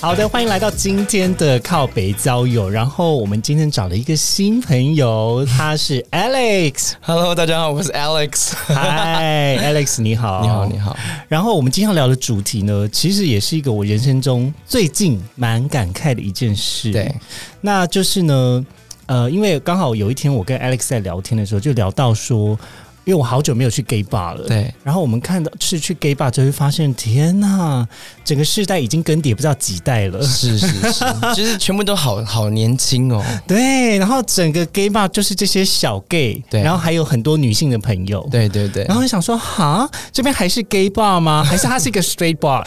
好的，欢迎来到今天的靠北交友。然后我们今天找了一个新朋友，他是 Alex。 Hello，大家好，我是 Alex。嗨，Alex，你好， 你好，你。好。然后我们今天要聊的主题呢，其实也是一个我人生中最近蛮感慨的一件事。对，那就是呢，呃，因为刚好有一天我跟 Alex 在聊天的时候，就聊到说，因为我好久没有去 gay bar 了，对，然后我们看到是去 gay bar 之后，就发现天呐，整个世代已经更迭不知道几代了。是是是，就是全部都好好年轻哦。对，然后整个 gay bar 就是这些小 gay，对然后还有很多女性的朋友，对对对然，后你想说，哈，这边还是 gay bar 吗？还是它是一个 straight bar？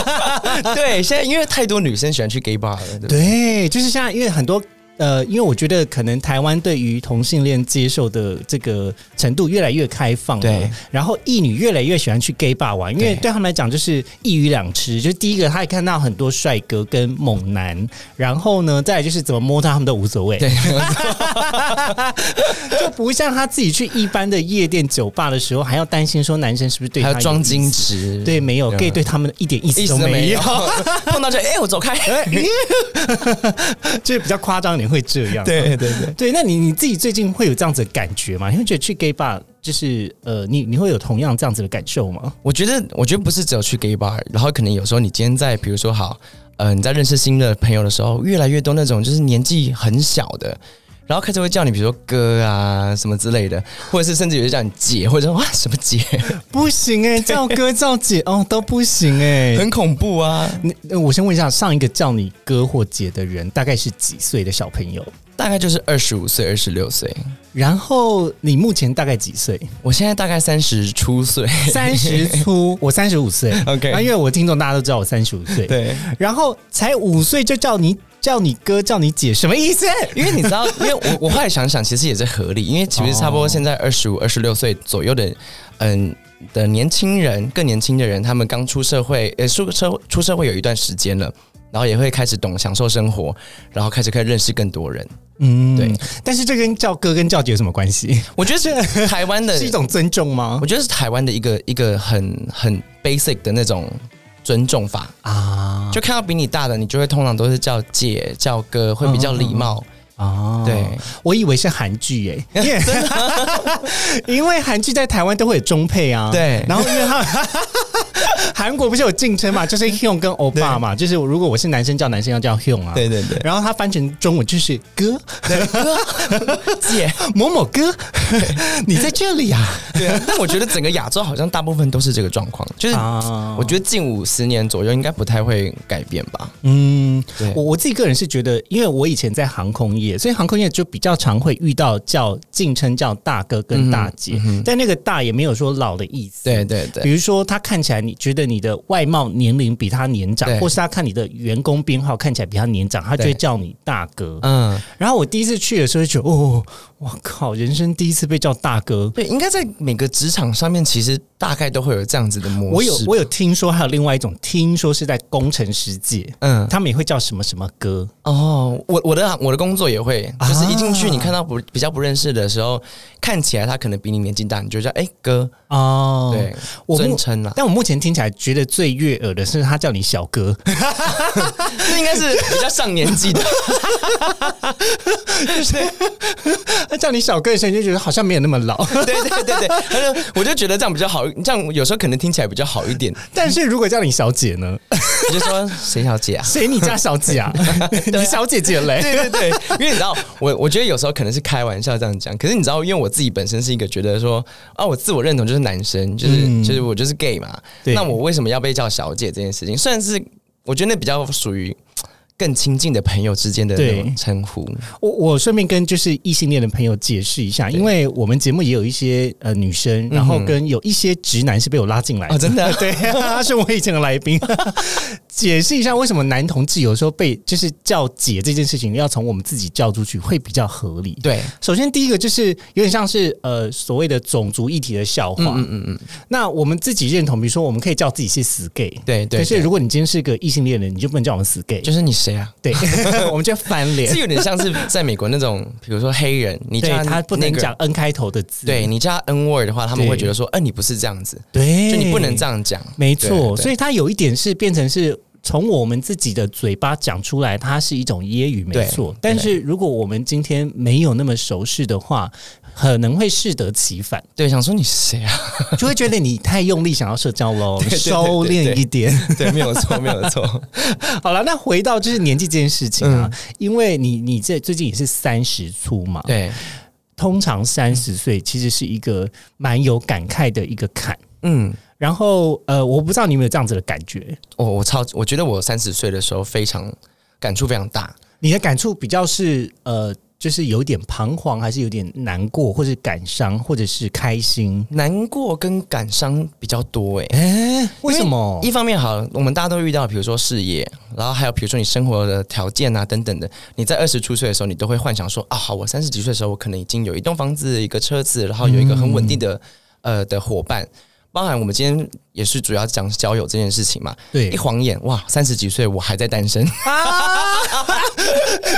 对，现在因为太多女生喜欢去 gay bar 了，对不对？对，就是像因为很多呃，因为我觉得可能台湾对于同性恋接受的这个程度越来越开放了，啊对，然后异女越来越喜欢去 gay bar 玩，因为对对他们来讲就是一鱼两吃，就是第一个他也看到很多帅哥跟猛男，然后呢，再来就是怎么摸他他们都无所谓，对， 就不像他自己去一般的夜店酒吧的时候还要担心说男生是不是对还他有装矜金，持，对，没有嗯 gay 对他们一点意思意都思都没没有有， 碰到就哎，我走开。 就是比较夸张，你会这样。对对对，对，那你你自己最近会有这样子的感觉吗？你会觉得去 gay bar 就是呃，你你会有同样这样子的感受吗？我觉得我觉得不是只有去 gay bar，然后可能有时候你今天在比如说好，呃，你在认识新的朋友的时候，越来越多那种就是年纪很小的。然后开始会叫你，比如说哥啊什么之类的，或者是甚至有些叫你姐，或者说哇什么姐，不行 哎、叫哥叫姐哦都不行 哎、很恐怖啊。你呃我先问一下，上一个叫你哥或姐的人大概是几岁的小朋友？大概就是二十五岁、二十六岁。然后你目前大概几 岁？我现在大概三十出岁。三十出，我三十五岁。 OK 啊因为我听众大家都知道我三十五岁，对，然后才五岁就叫你叫你哥叫你姐，什么意思？因为你 知道，因为我我后来想想，其实也是合理，因为其实差不多现在哦二十五、二十六岁左右的，嗯。的年轻人，更年轻的人，他们刚出社会，呃，出社出社会有一段时间了，然后也会开始懂享受生活，然后开始可以认识更多人。嗯，对。但是这跟叫哥跟叫姐有什么关系？我觉 得是台湾的是一种尊重吗我？觉得是台湾的一个一个很很 basic 的那种尊重法啊，就看到比你大的，你就会通常都是叫姐叫哥，会比较礼貌。哦，对，我以为是韩剧 耶，因为 因为韩剧在台湾都会有中配啊，对然后因为他 们韩国不是有竞争嘛，就是 Hyun 跟欧巴嘛，就是如果我是男生叫男生要叫 Hyun 啊，对对对，然后他翻成中文就是哥， 姐。某某哥， 你在这里啊？对啊，但我觉得整个亚洲好像大部分都是这个状况，就是啊我觉得近五十年左右应该不太会改变吧。嗯对，我我自己个人是觉得，因为我以前在航空业，所以航空业就比较常会遇到叫竞称叫大哥跟嗯大姐，但那个大也没有说老的意思。对对对比如说他看起来你觉得你的外貌年龄比他年长，对或是他看你的员工编号看起来比他年长，他就会对叫你大哥。嗯，然后我第一次去的时候就觉得，哦，我靠，人生第一次被叫大哥。对，应该在每个职场上面，其实大概都会有这样子的模式。我有我有听说还有另外一种，听说是在工程师界，嗯他们也会叫什么什么哥。哦，我我的我的工作也会，就是一进去啊你看到不比较不认识的时候，看起来他可能比你年纪大，你就叫哎、哥，哦，对，我目尊称啦，但我目前听起来觉得最悦耳的是他叫你小哥，这应该是比较上年 纪的，他叫你小哥的时候你就觉得好像没有那么老。对对对对，他就我就觉得这样比较好，这样有时候可能听起来比较好一点，但是如果叫你小姐呢？我就说谁小姐啊？谁你家小 姐啊？你小姐姐嘞？对对对，因为你知道，我我觉得有时候可能是开玩笑这样讲，可是你知道，因为我自己本身是一个觉得说，啊，我自我认同就是男生，就是、嗯就是我就是 gay 嘛，对那我为什么要被叫小姐这件事情，算是我觉得那比较属于更亲近的朋友之间的那对种称呼，我我顺便跟就是异性恋的朋友解释一下，因为我们节目也有一些呃女生， 然后跟有一些直男是被我拉进来的哦真的对、他是我以前的来宾。解释一下为什么男同志有时候被就是叫姐这件事情要从我们自己叫出去会比较合理？对，首先第一个就是有点像是呃所谓的种族议题的笑话。嗯嗯嗯，那我们自己认同，比如说我们可以叫自己是死 gay，对对可是对如果你今天是个异性恋人，你就不能叫我们死 gay，就是你谁啊？对， 我们就翻脸这。有点像是在美国那种，比如说黑人，你对叫他不能那个讲 N 开头的字，对你叫他 N word 的话，他们对会觉得说，嗯，你不是这样子，对，就你不能这样讲。没错，对对所以它有一点是变成是从我们自己的嘴巴讲出来，它是一种揶揄，没错对。但是如果我们今天没有那么熟识的话，可能会适得其反，对，想说你谁啊？ 就会觉得你太用力想要社交喽，对对对收敛一点。 对，没有错，没有错。 好了，那回到就是年纪这件事情啊，因为你你这最近也是三十出嘛，对，通常三十岁其实是一个蛮有感慨的一个坎。嗯，然后呃，我不知道你有没有这样子的感觉，我我超，我觉得我三十岁的时候非常感触非常大。你的感触比较是呃，就是有点彷徨，还是有点难过，或者感伤，或者是开心？难过跟感伤比较多哎、哎、为 什么？一方面好，我们大家都遇到，比如说事业，然后还有比如说你生活的条件啊等等的。你在二十出岁的时候，你都会幻想说啊，好，我三十几岁的时候，我可能已经有一栋房子、一个车子，然后有一个很稳定的、嗯呃的伙伴。包含我们今天也是主要讲交友这件事情嘛。对一晃眼哇，三十几岁我还在单身，啊！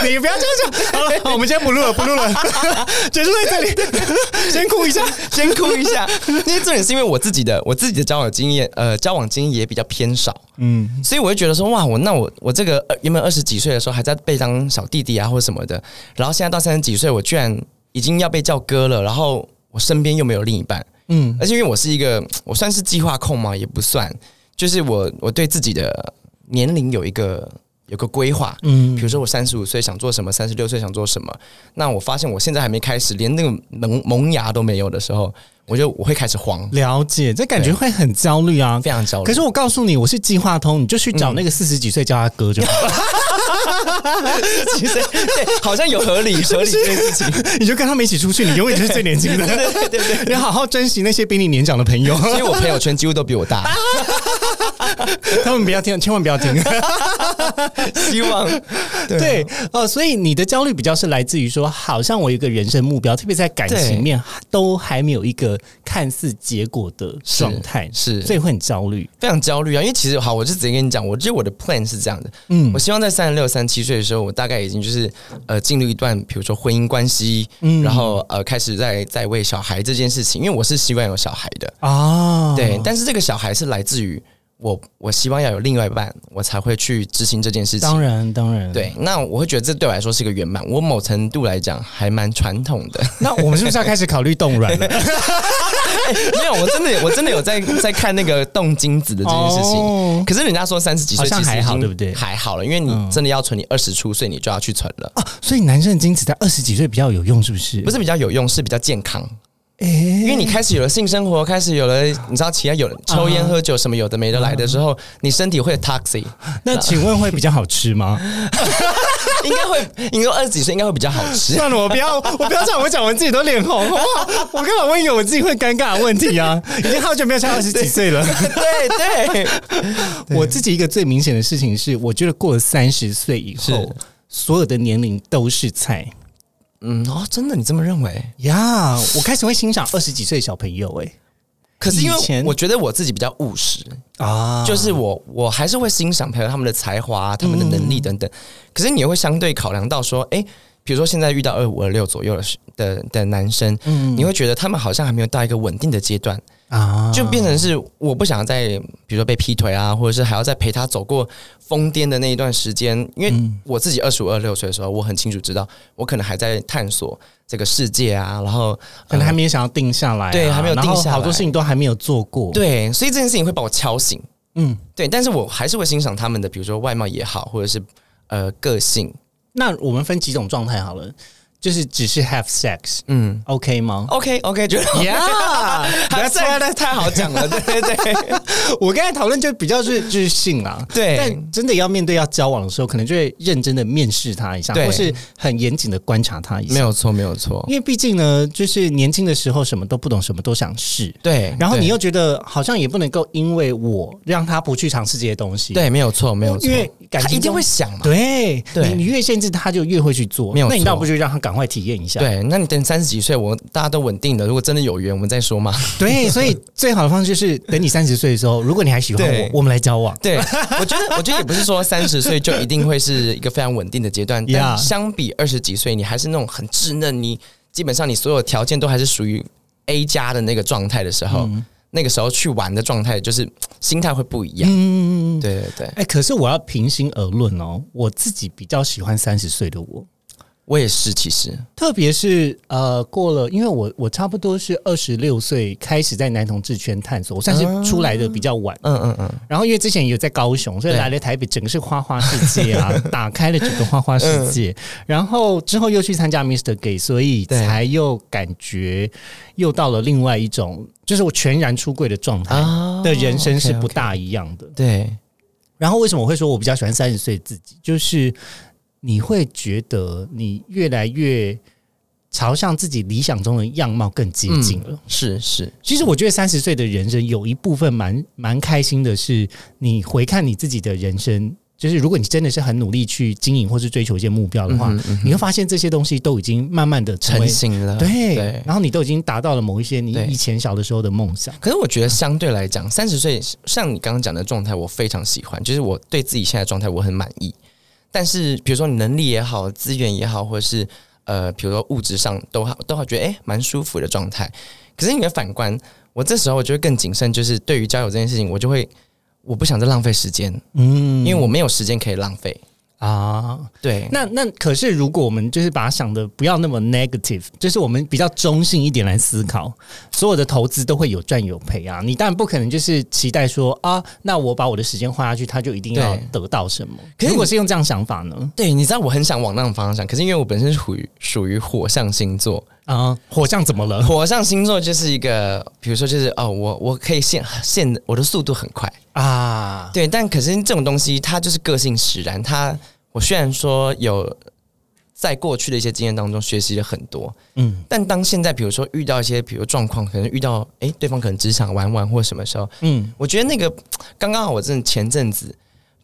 你不要这样讲。好了，我们先不录了，不录了，结束在这里。 先哭一下，先哭一下。因为重点是因为我自己的我自己的交友经验，呃，交往经验也比较偏少。嗯，所以我就觉得说，哇，我那我我这个呃原本二十几岁的时候还在被当小弟弟啊或者什么的，然后现在到三十几岁，我居然已经要被叫哥了，然后我身边又没有另一半，嗯嗯，而且因为我是一个我算是计划控嘛，也不算，就是我我对自己的年龄有一个有个规划，嗯嗯，比如说我三十五岁想做什么，三十六岁想做什么，那我发现我现在还没开始，连那个萌萌芽都没有的时候，我就我会开始慌，了解，这感觉会很焦虑嗯啊。非常焦虑。可是我告诉你，我是计划通，你就去找那个四十几岁叫他哥就 好， 其实对，好像有合理合理这件事情。你就跟他们一起出去，你永远 就是最年轻的。对对对对，你好好珍惜那些比你年长的朋友。所以我朋友圈几乎都比我大，啊他们不要 听，千啊万不要 听。希望对，呃，所以你的焦虑比较是来自于说，好像我有一个人生目标，特别在感情面都还没有一个看似结果的状态，是所以会很焦虑。非常焦虑啊。因为其实好，我就直接跟你讲，我觉得我的 plan 是这样的，嗯嗯，我希望在三十六、三七岁的时候，我大概已经就是呃进入一段，比如说婚姻关系，嗯然后呃开始在在为小孩这件事情，因为我是希望有小孩的，啊，对，但是这个小孩是来自于我，我希望要有另外一半，我才会去执行这件事情当。然当然，。对，那我会觉得这对我来说是一个圆满，我某程度来讲还蛮传统的。 那我们是不是要开始考虑冻卵了？ 没有，我真的我真的有在 在看那个动精子的这件事情。哦可是人家说三十几岁好像其实还已好经对不对还好了，因为你真的要存，你二十出岁你就要去存了，哦所以男生的精子在二十几岁比较有用，是不是？不是比较有用，是比较健康。嗯诶，因为你开始有了性生活，开始有了你知道其他有抽烟啊喝酒什么有的没的来的时候，嗯你身体会 toxic，那请问会比较好吃 吗？应该会，你说二十几岁应该会比较好 吃。算了，我不要，我不要讲，我讲完自己都脸红，好不好？我干 嘛问一个我自己会尴尬的问题啊？已经好久没有差二十几岁了。对对，我自己一个最明显的事情是，我觉得过了三十岁以后是，所有的年龄都是菜嗯哦，真的你这么认为？呀。我开始会欣赏二十几岁的小朋友、欸，可是因以前为我觉得我自己比较务实，哎啊，就是我我还是会欣赏朋友他们的才华、啊他们的能力等等，可是你也会相对考量到说，诶，比如说现在遇到二五二六左右的的的男生，嗯你会觉得他们好像还没有到一个稳定的阶段，啊，就变成是我不想再比如说被劈腿啊，或者是还要再陪他走过疯癫的那一段时间，因为我自己二十五二六岁的时候，我很清楚知道我可能还在探索这个世界啊，然后可能还没有想要定下来啊、对还没有定下然来后好多事情都还没有做过。，对，所以这件事情会把我敲醒。嗯，对，但是我还是会欣赏他们的，比如说外貌也好，或者是呃个性。那我们分几种状态好了。就是只是 have sex，嗯，OK 吗？ ，OK OK，觉得 Yeah，that's 太 what I- 太好讲了，对对对，我刚才讨论就比较是就是性啦，对但真的要面对要交往的时候，可能就会认真的面试他一下，对或是很严谨的观察他一下。没，有错没有错，因为毕竟呢，就是年轻的时候什么都不懂，什么都想试，对，然后对你又觉得好像也不能够因为我让他不去尝试这些东西，，对，没有错没有错因，为感他情一定中会想嘛，对，对你你越限制他就越会去做，没有那你错倒不如就让他赶快体验一下，对，那你等三十几岁，我大家都稳定了，如果真的有缘，我们再说嘛。 对，所以最好的方式就是等你三十岁的时候，如果你还喜欢我对，我们来交往。对，我觉得，我觉得也不是说三十岁就一定会是一个非常稳定的阶段，但 Yeah 相比二十几岁，你还是那种很稚嫩，你基本上你所有条件都还是属于 A 加的那个状态的时候，嗯那个时候去玩的状态，就是嘖心态会不一样。嗯，对对对，哎、可是我要平心而论哦，我自己比较喜欢三十岁的我，我也是，其实特别是呃，过了，因为我我差不多是二十六岁开始在男同志圈探索，我算是啊出来的比较晚。嗯嗯嗯，然后因为之前也在高雄，所以对来了台北，整个是花花世界 啊，打开了整个花花世界。然后之后又去参加 Mr. Gay，所以嗯对才又感觉又到了另外一种，就是我全然出柜的状态啊的人生是 OK，OK 不大一样的。对，然后为什么我会说我比较喜欢三十岁自己？就是你会觉得你越来越朝向自己理想中的样貌更接近了。是是，其实我觉得三十岁的人生有一部分蛮蛮开心的是，你回看你自己的人生，就是如果你真的是很努力去经营或是追求一些目标的话，嗯你会发现这些东西都已经慢慢的成为成型了，对，对。然后你都已经达到了某一些你对以前小的时候的梦想。可是我觉得相对来讲，三十岁像你刚刚讲的状态，我非常喜欢，就是我对自己现在的状态我很满意。但是比如说能力也好，资源也好，或者是呃，比如说物质上都好，都好觉得哎蛮、舒服的状态。可是你的反观，我这时候我就会更谨慎，就是对于交友这件事情，我就会我不想再浪费时间，嗯，因为我没有时间可以浪费。啊，对，那那可是，如果我们就是把它想的不要那么 negative，就是我们比较中性一点来思考，所有的投资都会有赚有赔啊。你当然不可能就是期待说啊，那我把我的时间花下去，他就一定要对得到什么。可是你如果是用这样想法呢？对，你知道我很想往那种方向想，可是因为我本身属于属于火象星座，啊，火象怎么了？ 火象星座就是一个，比如说就是哦，我我可以现现我的速度很快，啊，对，但可是这种东西它就是个性使然。它我虽然说有在过去的一些经验当中学习了很多，嗯但当现在比如说遇到一些比如状况，可能遇到诶对方可能只想玩玩或什么时候，嗯我觉得那个刚刚好，我真的前阵子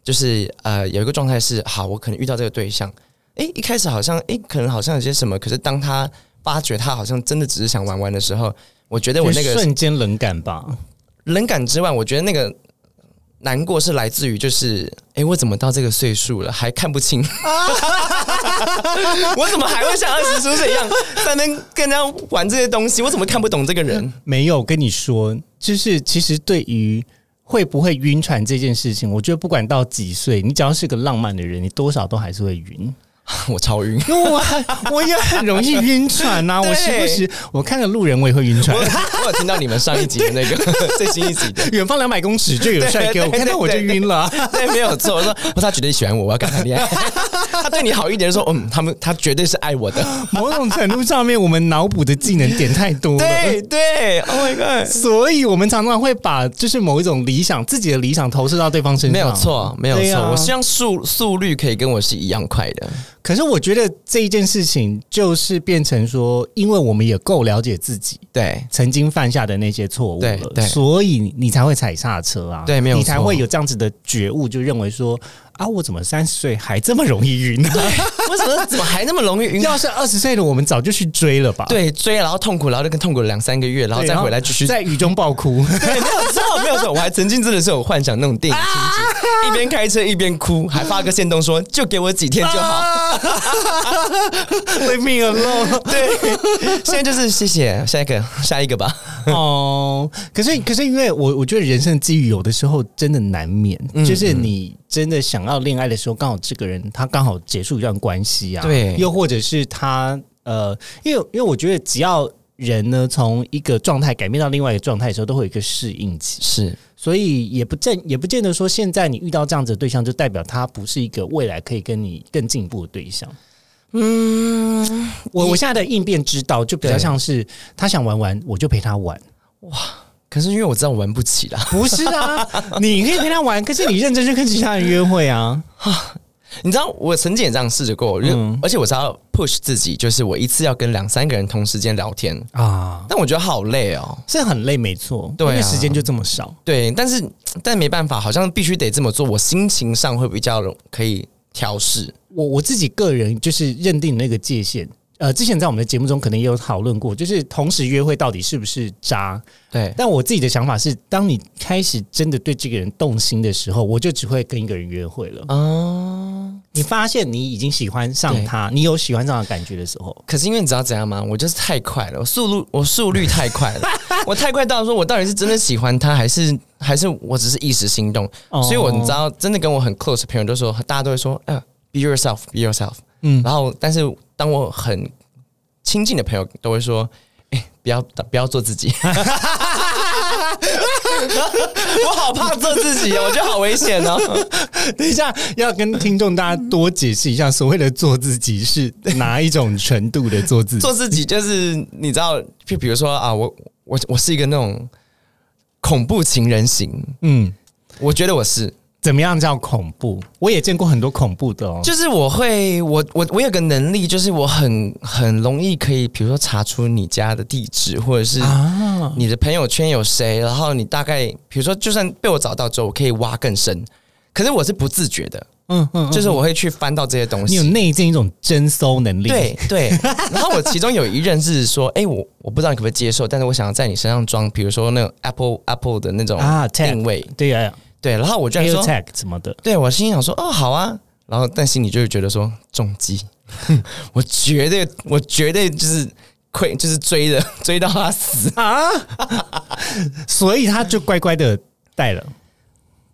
就是呃有一个状态是，好，我可能遇到这个对象，诶，一开始好像诶，可能好像有些什么，可是当他发觉他好像真的只是想玩玩的时候，我觉得我那就个瞬间冷感吧。冷感之外，我觉得那个难过是来自于就是，诶，我怎么到这个岁数了还看不清？ 我怎么还会像二十出岁一样在那边跟人家玩这些东西？我怎么看不懂这个人？ 没有跟你说，就是其实对于会不会晕船这件事情，我觉得不管到几岁，你只要是个浪漫的人，你多少都还是会晕。我超晕。因为我很我也很容易晕船 呐、对我时不时我看着路人我也会晕我船 有，我有听到你们上一集的那个 最新一集的，远方两百公尺就有帅对哥，我看到我就晕 了。对，没有错。我说，不是他绝对喜欢我，我要跟他谈恋 爱。他对你好一点，就说嗯，他们他绝对是爱我的。某种程度上面，我们脑补的技能点太多了。对对，Oh my god，所以，我们常常会把就是某一种理想，自己的理想投射到对方身上。啊没有。错，没有对错。啊我希望速速率可以跟我是一样快的。可是，我觉得这一件事情就是变成说，因为我们也够了解自己对，曾经犯下的那些错误对了，对所以你才会踩刹车啊。对没有你才错会有这样子的觉悟，就认为说啊，我怎么三十岁还这么容易晕啊呢、 为什 么怎么还那么容易晕？要是二十岁的我们早就去追了吧？对，追然后痛苦，然后就跟痛苦了两三个月，然后对，再回来继续。在雨中爆哭。对，没有错，没有 错。我还曾经真的是有幻想那种电影情节，一边开车一边哭，还发个线动说就给我几天就好。 Leave me alone。对，现在就是谢谢，下一个下一个吧。 哦，可是可是，因为我我觉得人生机遇有的时候真的难免，嗯就是你真的想要恋爱的时候，刚好这个人他刚好结束一段关系啊，对又或者是他呃，因为因为我觉得只要。人呢，从一个状态改变到另外一个状态的时候，都会有一个适应期，是所以也不见也不见得说，现在你遇到这样子的对象，就代表他不是一个未来可以跟你更进一步的对象。嗯，我我现在的应变之道就比较对像是他想玩玩，我就陪他玩。可是因为我知道我玩不起啦，不是啊， 你可以陪他玩，可是你认真去跟其他人约会啊。你知道我曾经也这样试着过，因为嗯而且我是要 push 自己，就是我一次要跟两三个人同时间聊天，啊，但我觉得好累哦。是很累，没错，对啊因为时间就这么少。对，但是但没办法，好像必须得这么做，我心情上会比较容可以调试。我我自己个人就是认定那个界限。呃，之前在我们的节目中可能也有讨论过，就是同时约会到底是不是渣？对，但我自己的想法是，当你开始真的对这个人动心的时候，我就只会跟一个人约会啊了。哦，你发现你已经喜欢上对他，你有喜欢上的感觉的时候，可是因为你知道怎样吗？我就是太快了，我速度我速率太快了，我太快到说我到底是真的喜欢他，还是还是我只是一时心动？所以我你知道，真的跟我很 close 的朋友都说，大家都会说，呃，be yourself，be yourself。嗯嗯，然后但是当我很亲近的朋友都会说，哎、不要不要做自己。 我好怕做自己哦，我觉得好危险哦。 等一下，要跟听众大家多解释一下，所谓的做自己 是哪一种程度的做自己？做自己就是你知道，就比如说啊，我我我是一个那种恐怖情人型，嗯，我觉得我是，怎么样叫恐怖？我也见过很多恐怖的哦。就是我会，我我我有个能力，就是我很很容易可以，比如说查出你家的地址，或者是啊，你的朋友圈有谁，然后你大概，比如说，就算被我找到之后，我可以挖更深。可是我是不自觉的，嗯嗯，就是我会去翻到这些东你有西。内建一种征搜能力。对 对，然后我其中有一任是说，哎、我我不知道你可不可以接受，但是我想要在你身上装，比如说那种 Apple Apple 的那种啊，tag 定位，对呀、对，然后我居啊、然，air 说， tag 什么的，对我心里想说，哦，好啊，然后但心里就会觉得说中计， 我绝对，我绝对就是亏，就是追的追到他死。所以他就乖乖的带了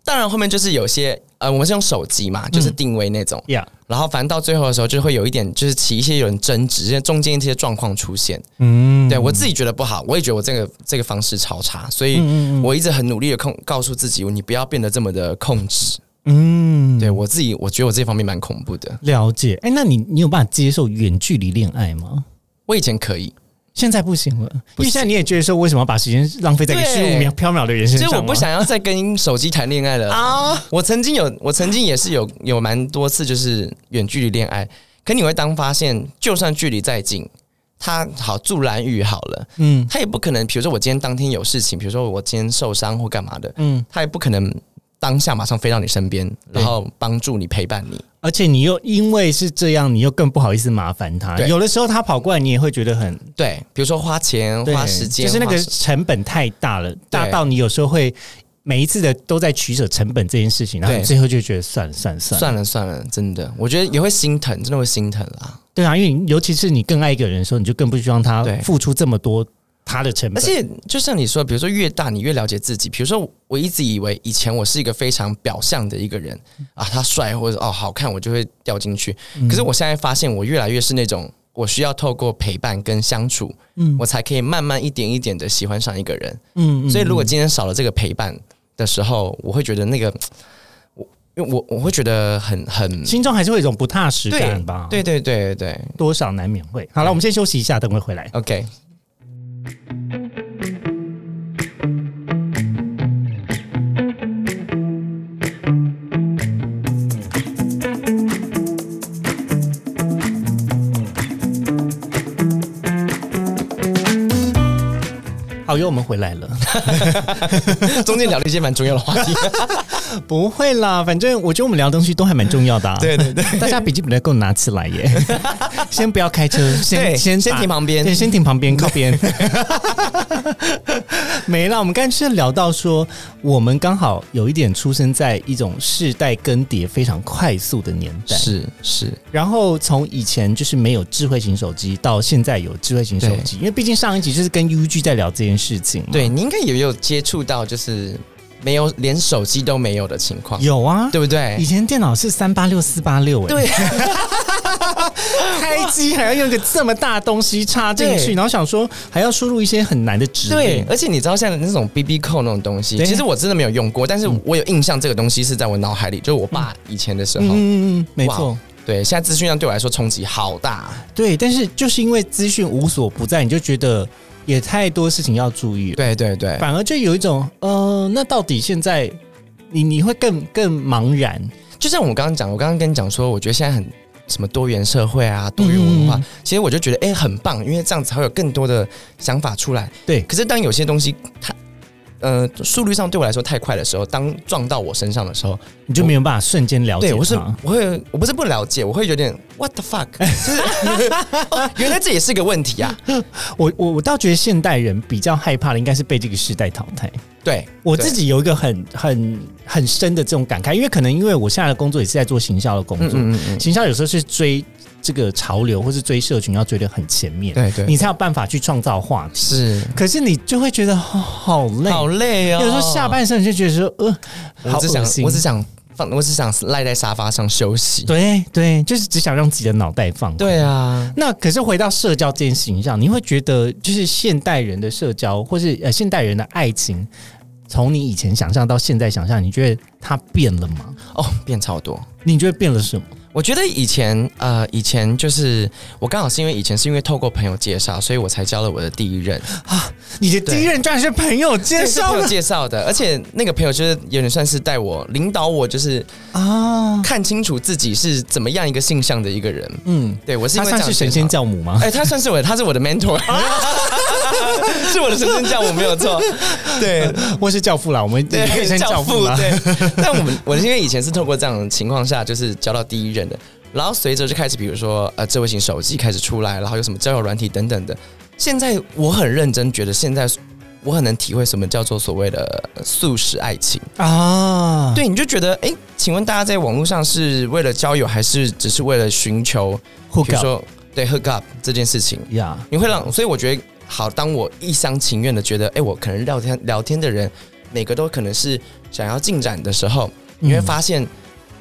当然后面就是有些呃，我们是用手机嘛，就是嗯定位那种，呀。然后反正到最后的时候就会有一点就是起一些有人争执，因为中间一些状况出现。嗯，对我自己觉得不好，我也觉得我这个这个方式超差，所嗯以我一直很努力的控告诉自己，你不要变得这么的控制。嗯，对我自己，我觉得我这方面蛮恐怖的。了解。哎、那你你有办法接受远距离恋爱吗？我以前可以，现在不行了，不因为现在你也觉得说，为什么要把时间浪费在一个虚对无缥缥缈的人身所上以吗？我不想要再跟手机谈恋爱 了啊！我曾经有，我曾经也是有有蛮多次就是远距离恋爱，可你会当发现，就算距离再近，他好住蓝雨好了，嗯他也不可能，比如说我今天当天有事情，比如说我今天受伤或干嘛的，嗯，他也不可能当下马上飞到你身边，对然后帮助你陪伴你。而且你又因为是这样，你又更不好意思麻烦他。对有的时候他跑过来，你也会觉得很对，比如说花钱、对花时间，就是那花个时成本太大了，大到你有时候会每一次的都在取舍成本这件事情，然后对你最后就觉得算了算了算了，算了算了，真的，我觉得也会心疼，真的会心疼啦。对啊，因为你尤其是你更爱一个人的时候，你就更不希望他对付出这么多他的成而本。且就像你说，比如说越大，你越了解自己。比如说，我一直以为以前我是一个非常表象的一个人啊，他帅或者哦好看，我就会掉进去。嗯可是我现在发现，我越来越是那种我需要透过陪伴跟相处，嗯我才可以慢慢一点一点的喜欢上一个人。嗯所以如果今天少了这个陪伴的时候，我会觉得那个我因为我我会觉得很很心中还是会有一种不踏实对感吧，，对对对对多少难免会。好了，我们先休息一下，等会回来。 ，OK。好，又我们回来 了。中间聊了一些蛮重要的话题，不会啦，反正我觉得我们聊的东西都还蛮重要的、啊。对对对，大家笔记本来给我拿起来 耶，先不要开车，先对先先打停旁边对，先停旁 边靠边。没了，我们刚才是聊到说，我们刚好有一点出生在一种世代更迭非常快速的年代，是是，然后从以前就是没有智慧型手机，到现在有智慧型手机，因为毕竟上一集就是跟 UG 在聊这件事情嘛。对你应该也有接触到，就是没有连手机都没有的情况，有啊，对不对以？前电脑是三八六四八六，哎， 对，开机还要用一个这么大的东西插进去，对然后想说还要输入一些很难的指对令，，而且你知道像那种 B B 扣那种东西，对其实我真的没有嗯用过，但是我有印象，这个东西是在我脑海里，就是我爸以前的时候，嗯嗯嗯，没错哇，对，现在资讯量对我来说冲击好大。对，但是就是因为资讯无所不在，你就觉得也太多事情要注意了，对对对，反而就有一种呃，那到底现在你你会更更茫然，就像我刚刚讲，我刚刚跟你讲说，我觉得现在很什么多元社会啊，多元文化，嗯其实我就觉得哎、诶很棒，因为这样子才会有更多的想法出来。对可是当有些东西它呃速率上对我来说太快的时候，当撞到我身上的时候，你就没有办法瞬间了解对它。我是我会我不是不了解，我会有点 what the fuck，就是 哦原来这也是个问题啊。我我我倒觉得现代人比较害怕的应该是被这个时代淘汰。对我对自己有一个很很很深的这种感慨，因为可能因为我现在的工作也是在做行销的工嗯作，嗯嗯嗯，行销有时候是追这个潮流或是追社群，要追得很前面，对对，你才有办法去创造话题。是可是你就会觉得、哦好累，好累哦。有时候下半身你就觉得说，呃，我好只恶想心我。只想放，我只想赖在沙发上休息。对对，就是只想让自己的脑袋放。对啊，那可是回到社交这件事情上，你会觉得就是现代人的社交，或是呃现代人的爱情，从你以前想象到现在想象，你觉得它变了吗？哦，变超多。你觉得变了什么？我觉得以前，呃，以前就是我刚好是因为以前是因为透过朋友介绍，所以我才交了我的第一任，你的第一任居然是朋友介对是绍朋友的介绍的，而且那个朋友就是有点算是带我领导我，就是啊！看清楚自己是怎么样一个性向的一个人。嗯，对我是因他为这算是样神仙介绍，教母吗？哎、他算是我，他是我 的 mentor，是我的神仙教，我没有错。 对，或是教哎父啦？我们也可以称教父啦。对。但我们我因为以前是透过这样的情况下，就是交到第一任的，然后随着就开始，比如说呃，智慧型手机开始出来，然后有什么交友软体等等的。现在我很认真觉得，现在我很能体会什么叫做所谓的素食爱情。啊，对，你就觉得哎、诶请问大家在网络上是为了交友，还是只是为了寻求，互比如搞说对 hook up 这件事情？呀，你会让，所以我觉得好，当我一厢情愿的觉得，哎、我可能聊天聊天的人每个都可能是想要进展的时候，你会嗯发现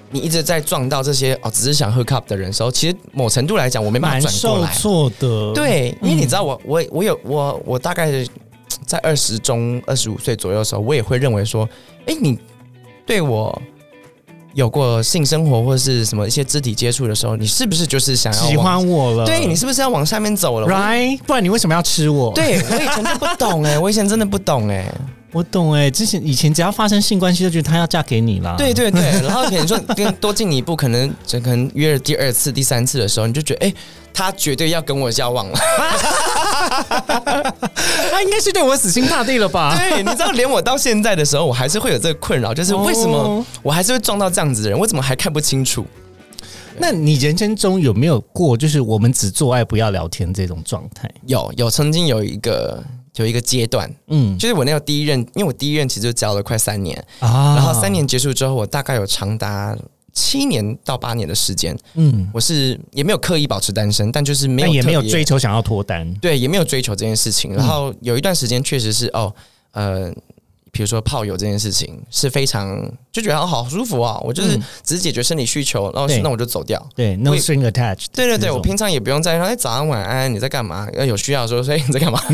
你一直在撞到这些哦，只是想 hook up 的人的时候，其实某程度来讲，我没办法蛮转受过来。挫的。，对，因为你嗯知道我，我我有我我大概在二十中二十五岁左右的时候，我也会认为说，哎、你对我。有过性生活或是什么一些肢体接触的时候，你是不是就是想要喜往？欢我了，对你是不是要往下面走了？呃，right？不然你为什么要吃我？，对我以前真不 懂哎、我以前真的不懂哎、我懂哎、之前以前只要发生性关系，就觉得他要嫁给你啦。对对对，然后可能说跟多进一步，可能就可能约了第二次、第三次的时候，你就觉得哎、他绝对要跟我交 往了。他应该是对我死心塌地了吧？对，你知道，连我到现在的时候，我还是会有这个困扰，就是为什么哦我还是会撞到这样子的人，我怎么还看不清楚？那你人生中有没有过就是我们只做爱不要聊天这种状态？有有曾经有一个有一个阶段，嗯就是我那个第一任，因为我第一任其实就交了快三年，啊然后三，年结束之后，我大概有长达七年到八年的时间，嗯，我是也没有刻意保持单身，但就是没有嗯但也没有特别追求想要脱单。对，也没有追求这件事情。然后有一段时间确实是哦，呃，比如说泡友这件事情是非常就觉得哦好舒服啊，我就是嗯只是解决生理需求，然后对那我就走掉。对，no 我也 string attached 这种。对对对，我平常也不用在意说哎早安晚安你在干嘛，要有需要的时候说哎你在干嘛，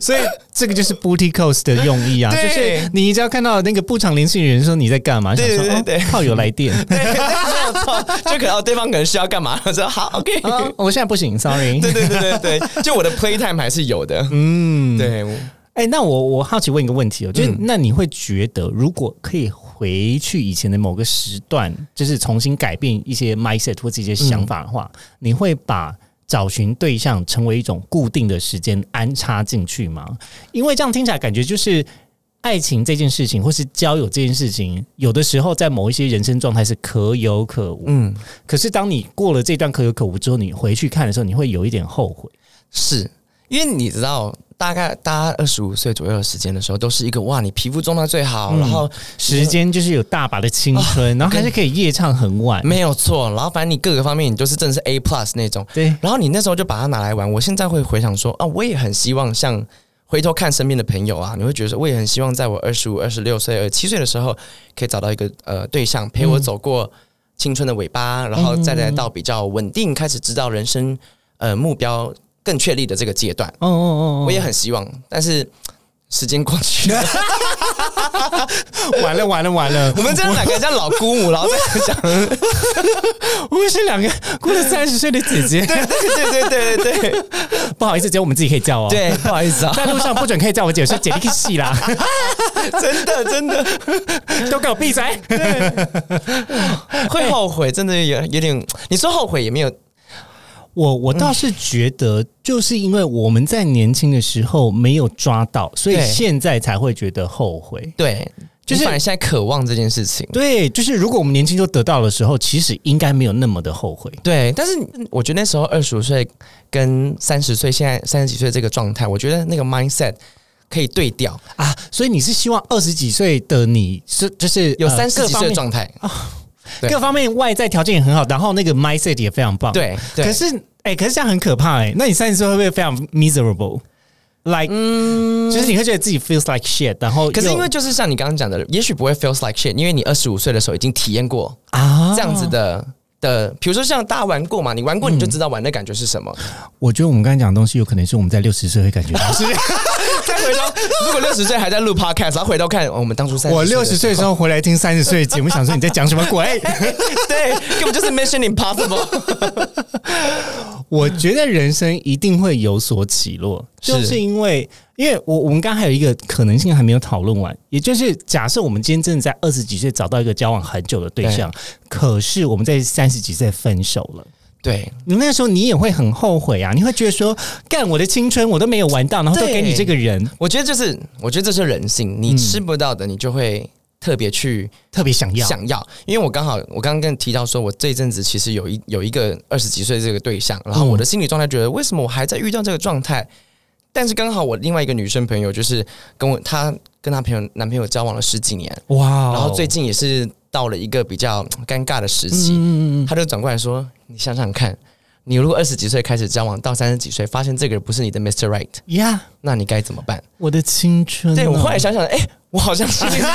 所以这个就是 booty calls 的用意啊，就对是你只要看到那个不常联系的人说你在干嘛，想对说对对哦对炮友来 电，对对哦没有错，就可能哦对方可能需要干嘛，我说好 OK，啊我现在不行，sorry。 对对对对对，就我的 play time 还是有的，嗯，对。我哎、那我我好奇问一个问题哦，就是、嗯那你会觉得，如果可以回去以前的某个时段，就是重新改变一些 mindset 或者一些想法的话，你会把找寻对象成为一种固定的时间安插进去吗？因为这样听起来感觉就是。爱情这件事情，或是交友这件事情，有的时候在某一些人生状态是可有可无。嗯，可是当你过了这段可有可无之后，你回去看的时候，你会有一点后悔。是因为你知道，大概大家二十五岁左右的时间的时候，都是一个哇，你皮肤状态最好，嗯然后时间就是有大把的青春，然后还是可以夜唱很晚。没有错，然后反正你各个方面你都是真的是 A plus 那种，对，然后你那时候就把它拿来玩。我现在会回想说啊，我也很希望像回头看身边的朋友啊，你会觉得说，我也很希望在我二十五、二十六岁、二七岁的时候，可以找到一个呃对象陪我走过青春的尾巴，然后再来到比较稳定，开始知道人生呃目标更确立的这个阶段。哦哦哦，我也很希望，但是时间过去 了， 完了完了完了，我们这样两个像老姑母，然后在讲，我们是两个过了三十岁的姐 姐，对 对对对对对不好意思，只有我们自己可以叫哦。，对，不好意思啊，在路上不准可以叫我姐，说姐你可以洗 啦， 真的真的都给我闭嘴。会后悔，真的有有点，你说后悔也没有，我我倒是觉得，就是因为我们在年轻的时候没有抓到，所以对现在才会觉得后悔。对，就就是是反而现在渴望这件事情。对，就是如果我们年轻就得到的时候，其实应该没有那么的后悔。对，但是我觉得那时候二十五岁跟三十岁，现在三十几岁这个状态，我觉得那个 mindset 可以对调，啊，所以你是希望二十几岁的你是就是有呃三十各几方岁的面状态，对各方面外在条件也很好，然后那个 mindset 也非常棒。，对对。可是哎、可是这样很可怕哎、那你三十岁会不会非常 miserable？Like，、就是你会觉得自己 feels like shit，然后嗯可是又因为就是像你刚刚讲的，也许不会 feels like shit，因为你二十五岁的时候已经体验过啊这样子，的、的，比如说像大家玩过嘛，你玩过嗯你就知道玩的感觉是什么。 我觉得我们刚才讲的东西，有可能是我们在六十岁会感觉到。是再回头，如果六十岁还在录 podcast，然后回头看、哦我们当初三，我六十岁的时候回来听三十岁的节目，想说你在讲什么鬼？ 对，根本就是 mission impossible。我觉得人生一定会有所起落，嗯是就是因为，因为我我们刚刚还有一个可能性还没有讨论完，也就是假设我们今天真的在二十几岁找到一个交往很久的对象，可是我们在三十几岁分手了。对，你那时候你也会很后悔啊，你会觉得说，干我的青春我都没有玩到，然后都对给你这个人，我觉得就是，我觉得这是人嗯性，你吃不到的，你就会特别去特别想要，想要。因为我刚好，我刚刚跟你提到说，我这一阵子其实有一有一个二十几岁这个对象，然后嗯我的心理状态觉得，为什么我还在遇到这个状态？但是刚好我另外一个女生朋友，就是跟我她跟她朋友男朋友交往了十几年，哇哦、然后最近也是到了一个比较嗯尴尬的时嗯期，嗯嗯她就转过来说：“你想想看，你如果二十几岁开始交往，到三十几岁发现这个人不是你的 Mr. Right，嗯呀，那你该怎么办？”我的青春哦、对我后来想想，哎、我 好像是有一点，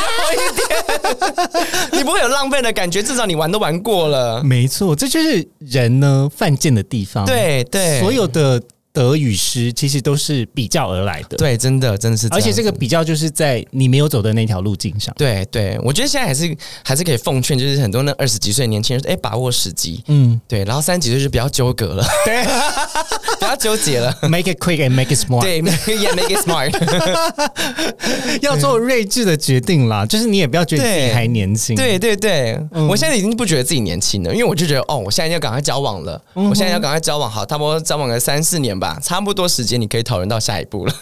你 不会有浪费的感觉，至少你玩都玩过了。没错，这就是人呢犯贱的地方。对对，所有的得与失其实都是比较而来的。，对，真的真的是样而子，且这个比较就是在你没有走的那条路径上。对对，我觉得现在还是还是可以奉劝，就是很多那二十几岁的年轻人，哎、把握时机。嗯对，然后三十几岁就不要纠葛了，对 不要纠结了。 ，make it quick and make it smart，对，yeah, make it smart。 要做睿智的决定啦。就是你也不要觉得自己对还年轻。， 对对对，嗯我现在已经不觉得自己年轻了，因为我就觉得哦，我现在要赶快交往了，嗯我现在要赶快交往，好，差不多交往个三四年吧，差不多时间你可以讨论到下一步了。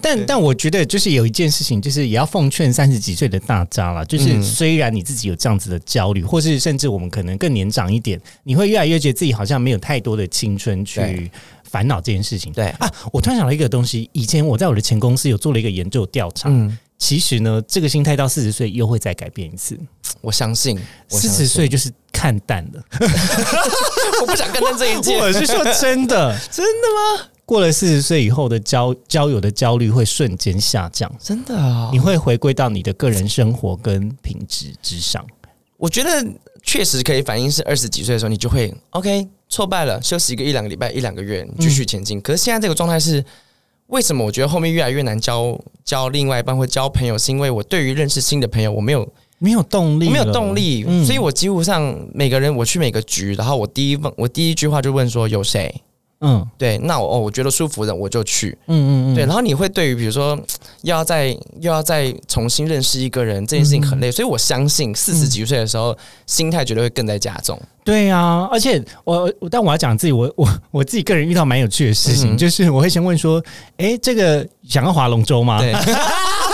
但但我觉得就是有一件事情，就是也要奉劝三十几岁的大家啦，就是嗯虽然你自己有这样子的焦虑，或是甚至我们可能更年长一点，你会越来越觉得自己好像没有太多的青春去对烦恼这件事情。对，啊，我突然想到一个东西，以前我在我的前公司有做了一个研究调查，嗯，其实呢，这个心态到四十岁又会再改变一次。我相信，我四相十信岁，就是看淡了。 我不想跟他这一 届。我是说真的， 真的吗？过了四十岁以后的交交友的焦虑会瞬间下降，真的啊、你会回归到你的个人生活跟品质之上。我觉得确实可以反映是二十几岁的时候，你就会 OK 挫败了，休息一个一两个礼拜、一两个月，继续前嗯进。可是现在这个状态是，为什么我觉得后面越来越难交交另外一半或交朋友，是因为我对于认识新的朋友，我没有没有动力，我没有动。力，嗯所以我几乎上每个人我去每个局，然后我第一问我第一句话就问说有谁。嗯对，那我哦，我觉得舒服的我就去，嗯嗯嗯，对，然后你会对于比如说又要再又要再重新认识一个人这件事情嗯很累，所以我相信四十几岁的时候、心态绝对会更在加重。对啊，而且我，我但我要讲自己，我我我自己个人遇到蛮有趣的事情，嗯就是我会先问说，哎，这个想要划龙舟吗？对，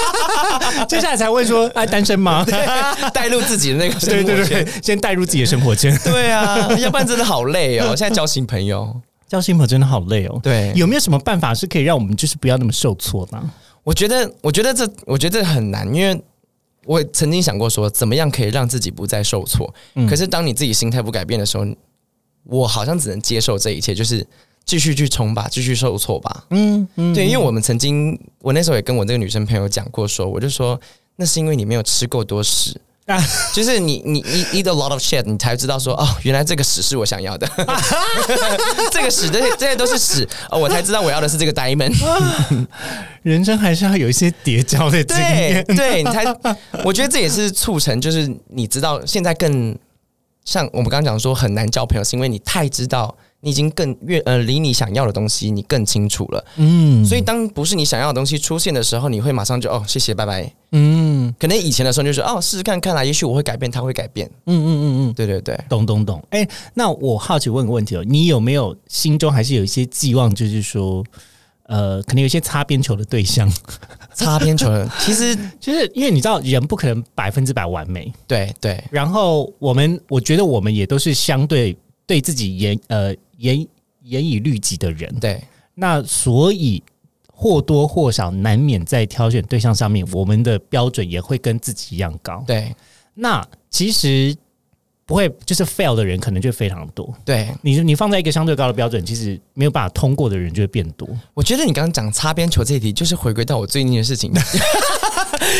接下来才问说，哎，单身吗？ 带入自己的那个 对生活对圈对，先带入自己的生活 圈。对啊，要不然真的好累哦。现在交新朋友，交新朋友真的好累哦。对，有没有什么办法是可以让我们就是不要那么受挫呢？我觉得我觉得这我觉得这很难，因为。我曾经想过说，怎么样可以让自己不再受挫？嗯可是当你自己心态不改变的时候，我好像只能接受这一切，就是继续去冲吧，继续受挫吧。嗯嗯对，因为我们曾经，我那时候也跟我这个女生朋友讲过说我就说那是因为你没有吃够多屎，啊就是你你你 eat a lot of shit，你才知道说哦，原来这个屎是我想 要的， 这个屎这些这些都是屎哦，我才知道我要的是这个 diamond。人生还是要有一些叠交的经 对验。对，你才，我觉得这也是促成，就是你知道现在更像我们刚刚讲说很难交朋友，是因为你太知道，你已经更越呃离你想要的东西你更清楚了，嗯所以当不是你想要的东西出现的时候，你会马上就哦谢谢拜拜。嗯可能以前的时候就是哦试试看看啦，也许我会改变，他会改变。嗯嗯嗯嗯，对对对，懂懂懂。哎、那我好奇问个问题哦，你有没有心中还是有一些寄望，就是说，呃，可能有一些擦边球的对象， 擦边球了，其实就是因为你知道人不可能百分之百完美，对对然后我们我觉得我们也都是相对对自己严呃严严以律己的人，对，那所以或多或少难免在挑选对象上面，我们的标准也会跟自己一样高。对那其实不会，就是 fail 的人可能就非常多。对，你你放在一个相对高的标准，其实没有办法通过的人就会变多。我觉得你刚刚讲擦边球这一题，就是回归到我最近 的事情。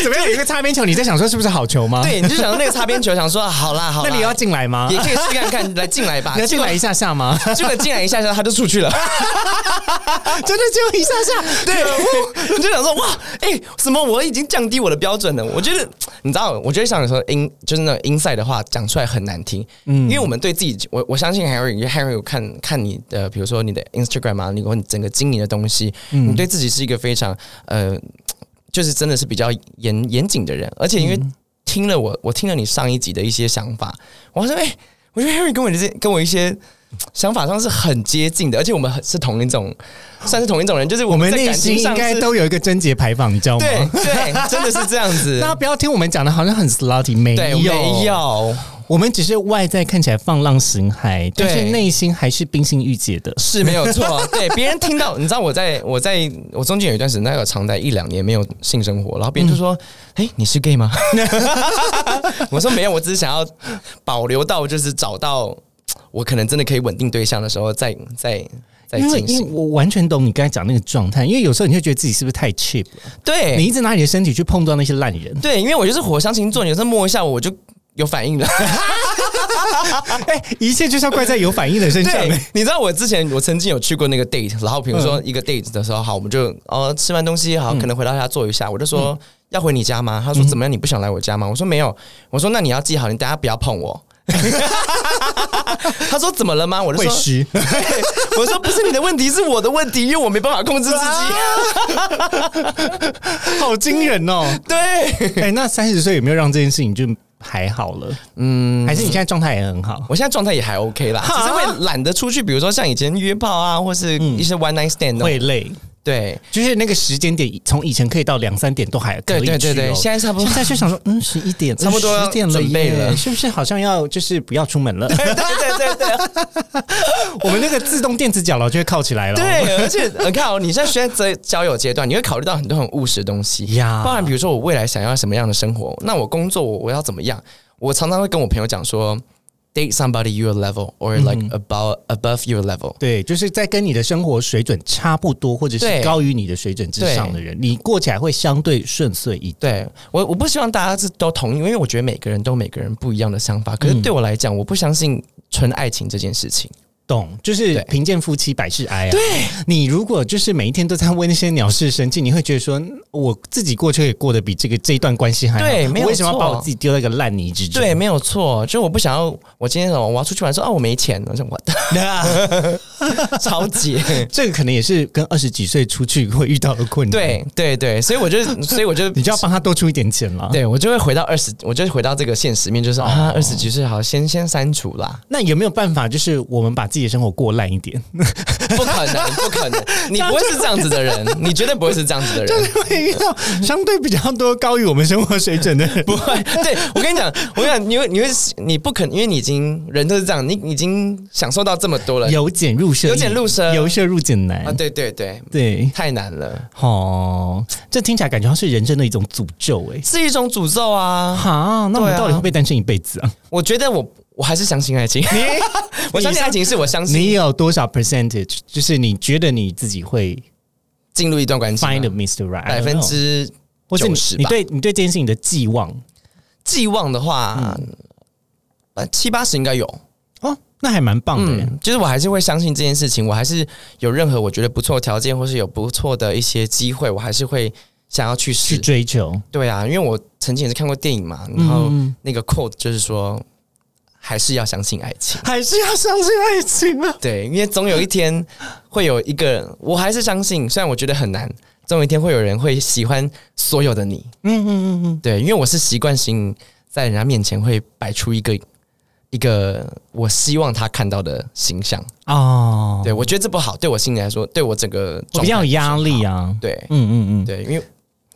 怎么样？有一个擦边球，你在想说是不是好球吗？，对，你就想到那个擦边球，想说啊好啦好啦，那你要进来吗也？可以试看看，来进来 吧，你要进来一下下 吗？结果，结果进来一下下他就出去了。 真的就一下下， 对，我就想说哇，哎、什么？我已经降低我的标准了。我觉得你知道，我觉得想说 in 就是那种 inside 的话讲出来很难听，嗯，因为我们对自己，我我相信 Harry，因为 Harry 有看看你的，比如说你的 Instagram 啊，你或你整个经营的东西，嗯你对自己是一个非常呃，就是真的是比较严严谨的人，而且因为嗯听了我，我听了你上一集的一些想法，我说哎、我觉得 Harry 跟我的这跟我一些。想法上是很接近的，而且我们很是同一种，算是同一种人，就是我们在内感情心应上该是都啊有一个贞洁牌坊，你知道吗？对对，真的是这 样子大。家不要听我们讲的好像很 slutty，没对，有没有，我们只是外在看起来放浪形骸，但是内心还是冰心玉洁的。是没有 错。对，别人听到，你知道我在我在我中间有一段时间，大概有长达一两年没有性生活，然后别嗯人就说：“哎、你是 gay 吗？” 我说：“没有，我只是想要保留到就是找到我可能真的可以稳定对象的时候再再再因为进因为行。我完全懂你刚才讲那个状态，因为有时候你会觉得自己是不是太 cheap，了、”对，。你一直拿你的身体去碰撞那些烂人对，因为我就是火象星座，你有时候摸一下我，我就有反应了。哎、一切就是要怪在有反应的身上、啊对 哎，你知道我之前我曾经有去过那个 date，然后比如说一个 date 的时候，好，我们就哦吃完东西，好，可能回到家坐一下，我就说、要回你家吗？他说怎么样？你不想来我家吗？我说没有，我说那你要记好，你等下不要碰 我。他说怎么了吗？我就会说湿， 对我说不是你的问题，是我的问题，因为我没办法控制自己。好惊人哦！ 对哎、那三十岁有没有让这件事情就还好了？嗯，还是你现在状态也很好？我现在状态也还 OK 啦，只是会懒得出去，比如说像以前约炮啊，或是一些 one night stand 那种会累，对。就是那个时间点，从以前可以到两三点都还可以对去、对哦。对 对，现在差不多现。在就想说，嗯，十一点，差不多要十点了耶准备了是不是好像要就是不要出门 了？对对对对对我们那个自动电子脚镣就会靠起来了。，对，而且你看哦，你现在学在交友阶段，你会考虑到很多很务实的东西呀包含比如说我未来想要什么样的生活，那我工作我我要怎么样？我常常会跟我朋友讲说，date somebody your level or like about above your level。对，就是在跟你的生活水准差不多，或者是对高于你的水准之上的人，你过起来会相对顺遂一点。对我，我不希望大家是都同意，因为我觉得每个人都有每个人不一样的想法。可是对我来讲，我不相信纯爱情这件事情。懂，就是对贫贱夫妻百事哀啊。对，你如果就是每一天都在为那些鸟事生气，你会觉得说，嗯我自己过去也过得比这个这一段关系还好，对没有我为什么要错把我自己丢到一个烂泥之中？对，没有错，就我不想要，我今天什么我要出去玩，说啊我没钱，我说我的超级。这个可能也是跟二十几岁出去会遇到的困难。，对对对，所以我 就，所以我就，你就要帮他多出一点钱了。对我就会回到二十，我就回到这个现实面，就是说啊，二十几岁好，先先删除 啦，那有没有办法，就是我们把自己的生活过烂一 点？不可能，不可能，你不会是这样子的 人，你绝对不会是这样子的人。会遇到相对比较多高于我们生活水准的人。不会，对我跟你讲，我跟你讲，你会，你会，你不可能，因为你已经人都是这样，你已经享受到这么多了由俭入奢易，由俭入奢由奢入俭难。啊！对对对，对，太难了，哦，这听起来感觉像是人生的一种诅咒哎、是一种诅咒啊！哈，那我对们啊到底会不会单身一辈 子啊？我觉得我我还是相信爱情， 我相信爱情是我相 你信有多少 percentage？就是你觉得你自己会进入一段关系 find 嘛 a Mr. Right？I don't know 百分之或是你90吧你对你对这件事情的寄望，寄望的话，呃、七八十应该有。嗯哦，那还蛮棒的耶。嗯，就是我还是会相信这件事情，我还是有任何我觉得不错的条件，或是有不错的一些机会，我还是会想要去去试。追求，对啊，因为我曾经也是看过电影嘛，然后嗯那个 quote 就是说，还是要相信爱情。还是要相信爱情啊。对，因为总有一天会有一个人，我还是相信，虽然我觉得很难，总有一天会有人会喜欢所有的你。嗯嗯嗯嗯，对，因为我是习惯性在人家面前会摆出一个一个我希望他看到的形象。哦，对我觉得这不好，对我心里来说，对我整个我比状态较有压不力好。啊。对嗯嗯嗯，对，因为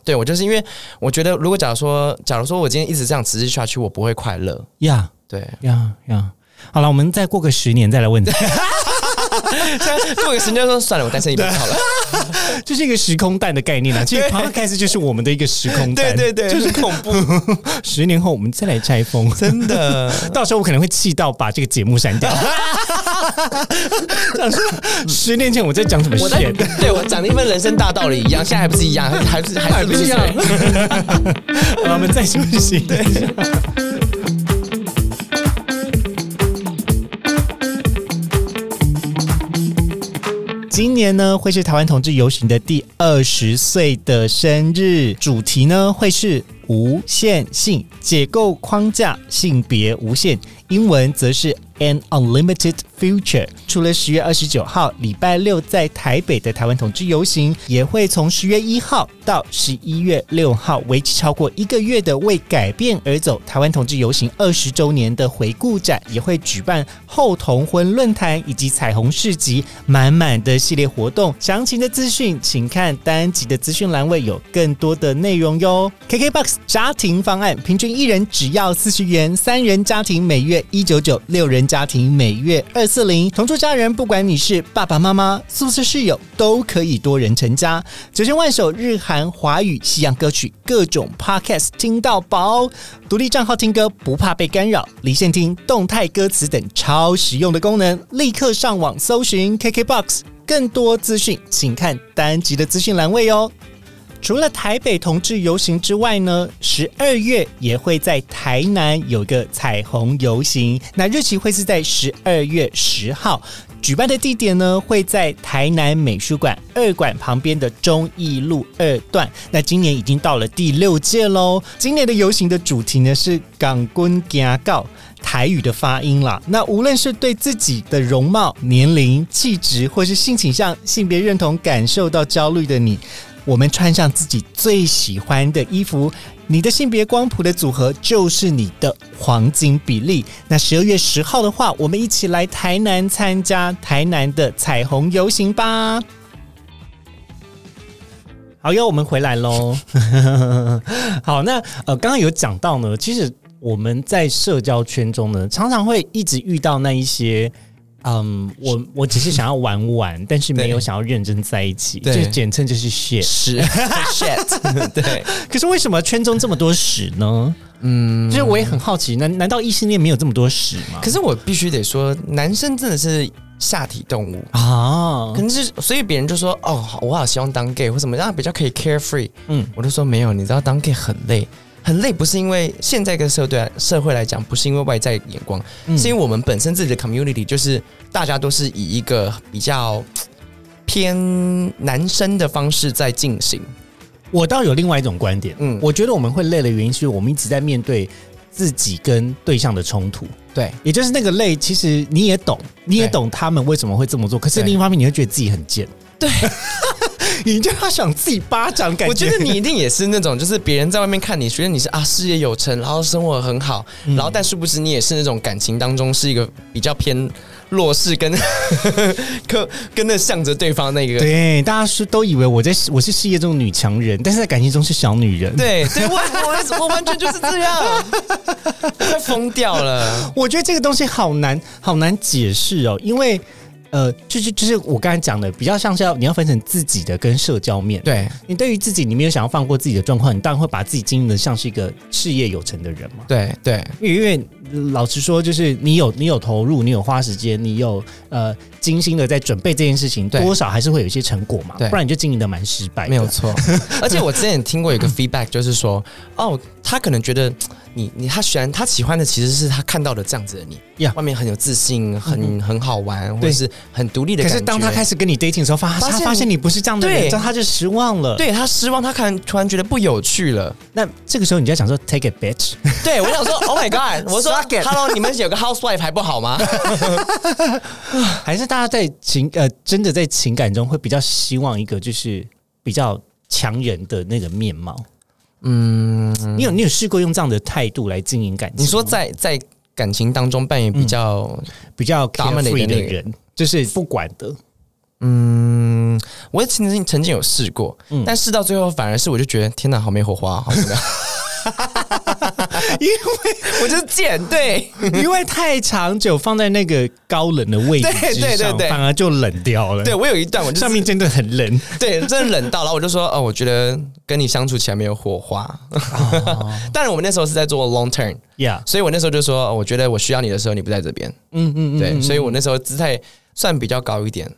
对我就是因为我觉得，如果假如说，假如说我今天一直这样持续下去，我不会快乐。呀对， 呀呀！好了，我们再过个十年再来问你，像过个时间就说算了，我单身一辈子好了。就是一个时空蛋的概念啊。其实 podcast 就是我们的一个时空蛋，对对对就是恐 怖。十年后我们再来拆封，真的， 到时候我可能会气到把这个节目删 掉。想说十年前我在讲什么 我在线？对我讲的一份人生大道理一样，现在还不是一样，还不是还是啊不一样水 好了，我们再休息。对。今年呢，会是台湾同志游行的第二十岁的生日，主题呢会是无限性，解构框架，性别无限，英文则是 an unlimited future。除了十月二十九号礼拜六在台北的台湾同志游行，也会从十月一号到十一月六号，为期超过一个月的为改变而走台湾同志游行二十周年的回顾展，也会举办后同婚论坛以及彩虹市集，满满的系列活动。详情的资讯，请看单集的资讯栏位有更多的内容哟。KKBOX 家庭方案，平均一人只要四十元，三人家庭每月一九九，六人家庭每月二四零。同住家人，不管你是爸爸妈妈、宿舍室友，都可以多人成家。九千万首日韩、华语、西洋歌曲，各种 podcast 听到饱哦。独立账号听歌不怕被干扰，离线听、动态歌词等超实用的功能，立刻上网搜寻 KKBOX。更多资讯，请看单集的资讯栏位哦。除了台北同志游行之外呢，十二月也会在台南有一个彩虹游行，那日期会是在十二月十号。举办的地点呢会在台南美术馆二馆旁边的忠义路二段。那今年已经到了第六届喽。今年的游行的主题呢是“港棍加告”。台语的发音啦。那无论是对自己的容貌、年龄、气质，或是性倾向、性别认同感受到焦虑的你，我们穿上自己最喜欢的衣服。你的性别光谱的组合就是你的黄金比例。那十二月十号的话，我们一起来台南参加台南的彩虹游行吧。好哟，我们回来喽。 好，那呃，刚刚有讲到呢，其实我们在社交圈中呢，常常会一直遇到那一些，嗯，我我只是想要玩玩，但是没有对想要认真在一起，对就简称就是 shit。是 shit，对，可是为什么圈中这么多屎呢？嗯，就是我也很好奇，难难道异性恋没有这么多屎吗？可是我必须得说，男生真的是下体动物。啊可，能是，所以别人就说哦，好我好希望当 gay 或什么，让比较可以 carefree。嗯嗯，我就说没有，你知道当 gay 很累，很累，不是因为现在跟社对啊社会来讲，不是因为外在眼光，嗯是因为我们本身自己的 community 就是大家都是以一个比较偏男生的方式在进行。我倒有另外一种观点，嗯嗯，我觉得我们会累的原因是我们一直在面对自己跟对象的冲突，对，也就是那个累，其实你也懂，你也对懂他们为什么会这么做，可是对另一方面你会觉得自己很贱，对， 你就要想自己巴掌，感觉我觉得你一定也是那种，就是别人在外面看你，觉得你是啊事业有成，然后生活很好，然后但殊不知你也是那种感情当中是一个比较偏弱势跟 跟跟那向着对方那个。对大家是都以为我在我是事业中的女强人，但是在感情中是小女人，对对，我我我完全就是这样，我快疯掉了。我觉得这个东西好难，好难解释哦，因为呃，就是就是我刚才讲的，比较像是要你要分成自己的跟社交面。，对你对于自己，你没有想要放过自己的状况，你当然会把自己经营的像是一个事业有成的人嘛。对对因为因为老实说，就是你有你有投入，你有花时间，你有呃精心的在准备这件事情，对多少还是会有一些成果嘛。对不然你就经营的蛮失败的。没有错。而且我之前也听过有一个 feedback，就是说，哦，他可能觉得你你他喜欢他喜欢的其实是他看到的这样子的你 Yeah 嗯外面很有自信，很、很好玩，或者是很独立的可感觉。是当他开始始跟你 dating 的时候，发发他现发现你不是这样的人，对这样他就失望了。，对他失望，他可能突然觉得不有趣 了。那这个时候你就要想说 take it bitch，对我想说，Oh my God！我 说 Suck it ，Hello，你们有个 housewife 还不好 吗？还是大家在情呃真的在情感中会比较希望一个就是比较强人的那个面貌？嗯，你有你有试过用这样的态度来经营感情吗？你说在在感情当中扮演比较，比较 carefree dominate 的那的个人，就是不管的，嗯，我曾经曾经有试过，嗯但试到最后反而是我就觉得天哪，好没火花，好无 聊。因我就是贱，对，为 因为太长久放在那个高冷的位置对之上， 对对对反而就冷掉了。对，我有一段我就是上面真的很冷， 对，真的冷到，然后我就说，哦，我觉得跟你相处起来没有火花。 当然，我们那时候是在做 long term，呀、所以我那时候就说，哦我觉得我需要你的时候你不在这边，嗯嗯嗯，对，嗯所以我那时候姿态算比较高一点。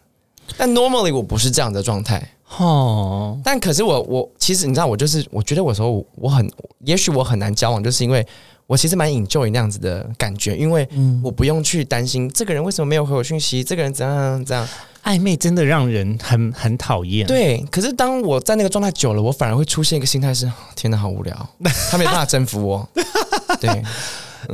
但 normally 我不是这样的状态，哦，但可是我我其实你知道，我就是我觉得我说我我很，也许我很难交往，就是因为我其实蛮 enjoy 那样子的感觉，因为我不用去担心这个人为什么没有回我讯息，这个人怎样怎样。暧昧真的让人很很讨厌。，对，可是当我在那个状态久了，我反而会出现一个心态是：天哪，好无聊，他没办法征服我。对，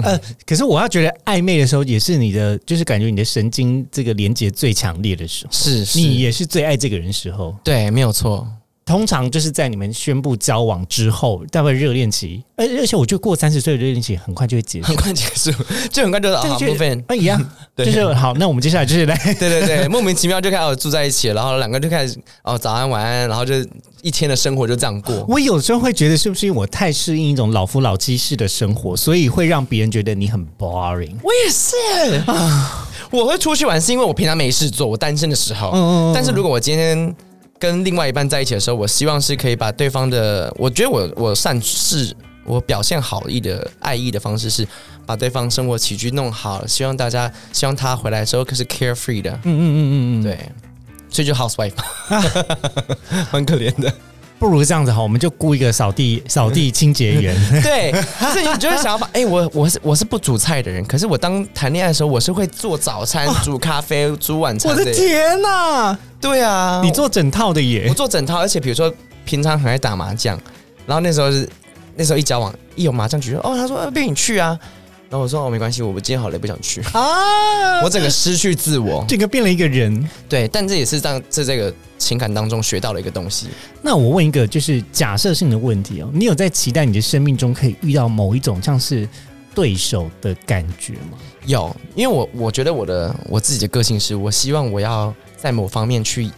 呃，可是我要觉得暧昧的时候，也是你的，就是感觉你的神经这个连接最强烈的时候，是是，你也是最爱这个人的时候。对，没有错。通常就是在你们宣布交往之后，大概热恋期，而而且我觉得过三十岁的热恋期很快就会结束 很。快结束，就很快就这啊个就部分，啊，一样，对就是好。那我们接下来就是来，对 对对，莫名其妙就开始哦住在一起了，然后两个就开始哦早安晚安，然后就一天的生活就这样过。我有时候会觉得是不是因为我太适应一种老夫老妻式的生活，所以会让别人觉得你很 boring。我也是我会出去玩是因为我平常没事做，我单身的时候。嗯嗯嗯但是如果我今天跟另外一半在一起的时候，我希望是可以把对方的，我觉得我我善事，我表现好意的爱意的方式是把对方生活起居弄好，希望大家希望他回来的时候可是 carefree 的，嗯嗯嗯嗯嗯，对，所以就 housewife，蛮可怜的。不如这样子哈，我们就雇一个扫地扫地清洁员。对，所以你就会想要 把，哎、我我是我是不煮菜的人，可是我当谈恋爱的时候，我是会做早餐、煮咖啡、煮晚 餐我的。的天呐，对啊， 你做整套的我耶！做整套，而且比如说平常很爱打麻将，然后那时候是那时候一交往一有麻将局，哦，他说呃不你去啊，然后我说哦没关系，我今天好累，不 想去，啊，我我整个失去 自我。这个变了一个人。对，但这也是让在这个情感当中学到了一个东西。那我问一个就是假设性的问题哦，你有在期待你的生命中可以遇到某一种像是对手的感觉吗？有，因为我我觉得我的我自己的个性是，我希望我要在某方面去